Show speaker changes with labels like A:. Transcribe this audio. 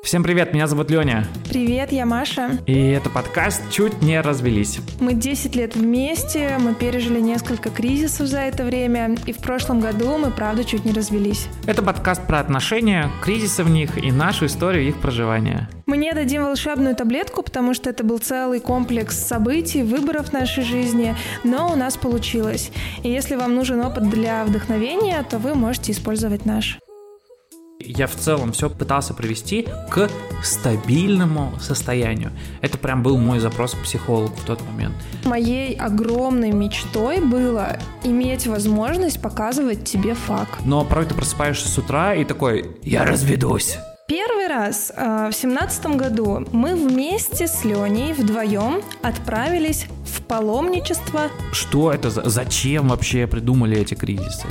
A: Всем привет, меня зовут Леня.
B: Привет, я Маша.
A: И это подкаст «Чуть не развелись».
B: Мы 10 лет вместе, мы пережили несколько кризисов за это время, и в прошлом году мы, правда, чуть не развелись.
A: Это подкаст про отношения, кризисы в них и нашу историю их проживания.
B: Мы не дадим волшебную таблетку, потому что это был целый комплекс событий, выборов в нашей жизни, но у нас получилось. И если вам нужен опыт для вдохновения, то вы можете использовать наш.
A: Я в целом все пытался привести к стабильному состоянию. Это прям был мой запрос к психологу в тот момент.
B: Моей огромной мечтой было иметь возможность показывать тебе факт.
A: Но порой ты просыпаешься с утра и такой «Я разведусь».
B: Первый раз э, в семнадцатом году мы вместе с Леней вдвоем отправились в паломничество
A: Что это за... Зачем вообще придумали эти кризисы?